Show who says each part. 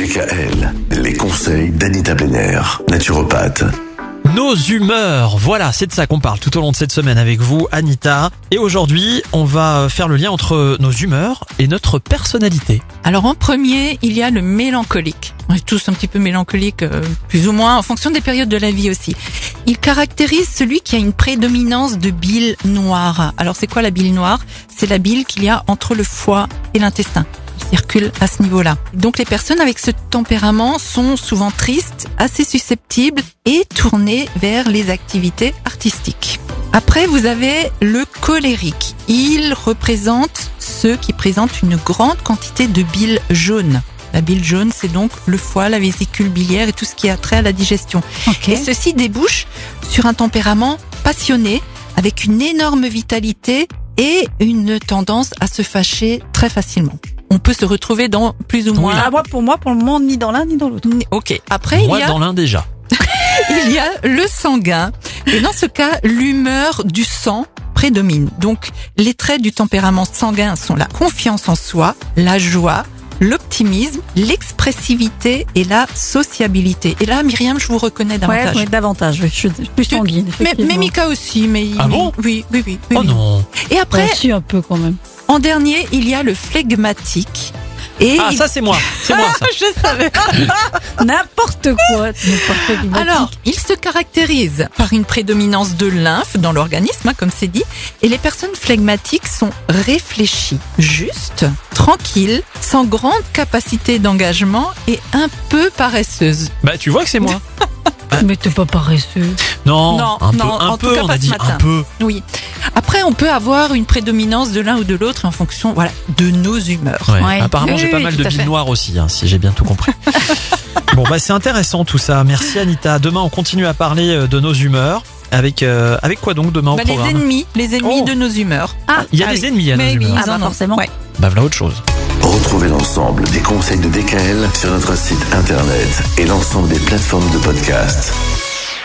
Speaker 1: DKL, les conseils d'Anita Benner, naturopathe.
Speaker 2: Nos humeurs, voilà, c'est de ça qu'on parle tout au long de cette semaine avec vous, Anita. Et aujourd'hui, on va euh, faire le lien entre nos humeurs et notre personnalité.
Speaker 3: Alors en premier, il y a le mélancolique. On est tous un petit peu mélancoliques, euh, plus ou moins, en fonction des périodes de la vie aussi. Il caractérise celui qui a une prédominance de bile noire. Alors c'est quoi la bile noire C'est la bile qu'il y a entre le foie et l'intestin circule à ce niveau-là. Donc les personnes avec ce tempérament sont souvent tristes, assez susceptibles et tournées vers les activités artistiques. Après, vous avez le colérique. Il représente ceux qui présentent une grande quantité de bile jaune. La bile jaune, c'est donc le foie, la vésicule biliaire et tout ce qui a trait à la digestion.
Speaker 4: Ok.
Speaker 3: Et ceci débouche sur un tempérament passionné, avec une énorme vitalité et une tendance à se fâcher très facilement. On peut se retrouver dans plus ou moins.
Speaker 4: Ah, moi, pour moi, pour le moment, ni dans l'un ni dans l'autre.
Speaker 3: Ok. Après, il
Speaker 2: Moi,
Speaker 3: y, a,
Speaker 2: dans l'un déjà.
Speaker 3: il y a le sanguin. Et dans ce cas, l'humeur du sang prédomine. Donc, les traits du tempérament sanguin sont la confiance en soi, la joie, l'optimisme, l'expressivité et la sociabilité. Et là, Myriam, je vous reconnais
Speaker 4: Ouais,
Speaker 3: davantage.
Speaker 4: ouais, davantage. oui. Je suis plus sanguine.
Speaker 3: mais, mais
Speaker 4: effectivement.
Speaker 3: Mika aussi, mais
Speaker 2: Ah bon
Speaker 3: oui, oui, oui, oui,
Speaker 2: Oh
Speaker 3: oui.
Speaker 2: non.
Speaker 3: Et
Speaker 4: Ouais,
Speaker 3: après,
Speaker 4: je suis un peu quand même.
Speaker 3: En dernier, il y a le phlegmatique. Et
Speaker 2: Ah,
Speaker 3: il-
Speaker 2: ça, c'est moi. C'est moi, ça.
Speaker 3: je savais.
Speaker 4: N'importe quoi. tu me parfais du
Speaker 3: Alors, il se caractérise par une prédominance de lymphe dans l'organisme, hein, comme c'est dit, et les personnes phlegmatiques sont réfléchies, justes, tranquilles, sans grande capacité d'engagement et un peu paresseuses.
Speaker 2: Bah, tu vois que c'est moi.
Speaker 4: bâtiment. mais t'es pas paresseux.
Speaker 2: Non,
Speaker 3: Non,
Speaker 2: un peu,
Speaker 3: non,
Speaker 2: un
Speaker 3: en tout
Speaker 2: peu,
Speaker 3: cas
Speaker 2: on
Speaker 3: pas
Speaker 2: a
Speaker 3: ce
Speaker 2: dit
Speaker 3: matin.
Speaker 2: un peu.
Speaker 3: Oui. Après, on peut avoir une prédominance de l'un ou de l'autre en fonction, voilà, de nos humeurs.
Speaker 2: Ouais.
Speaker 4: Ouais.
Speaker 2: Apparemment,
Speaker 3: Oui,
Speaker 2: j'ai
Speaker 3: oui,
Speaker 2: pas
Speaker 3: oui,
Speaker 2: mal
Speaker 3: tout
Speaker 2: de
Speaker 3: à
Speaker 2: billes
Speaker 3: fait.
Speaker 2: noires aussi, hein, si j'ai bien tout compris. bon, bah, c'est intéressant tout ça. Merci, Anita. Demain, on continue à parler euh, de nos humeurs. Avec, euh, avec quoi donc demain au
Speaker 3: Bah, les
Speaker 2: programme
Speaker 3: ennemis, les ennemis
Speaker 2: Oh.
Speaker 3: de nos humeurs.
Speaker 4: Ah,
Speaker 2: Il y a
Speaker 3: Ah
Speaker 2: des
Speaker 3: oui.
Speaker 2: ennemis à nos
Speaker 3: Mais oui,
Speaker 2: humeurs.
Speaker 4: Ah,
Speaker 3: ils en
Speaker 4: bah,
Speaker 3: ont.
Speaker 4: forcément.
Speaker 3: Ouais.
Speaker 2: Bah, voilà autre chose.
Speaker 1: Retrouvez l'ensemble des conseils de DKL sur notre site internet et l'ensemble des plateformes de podcast.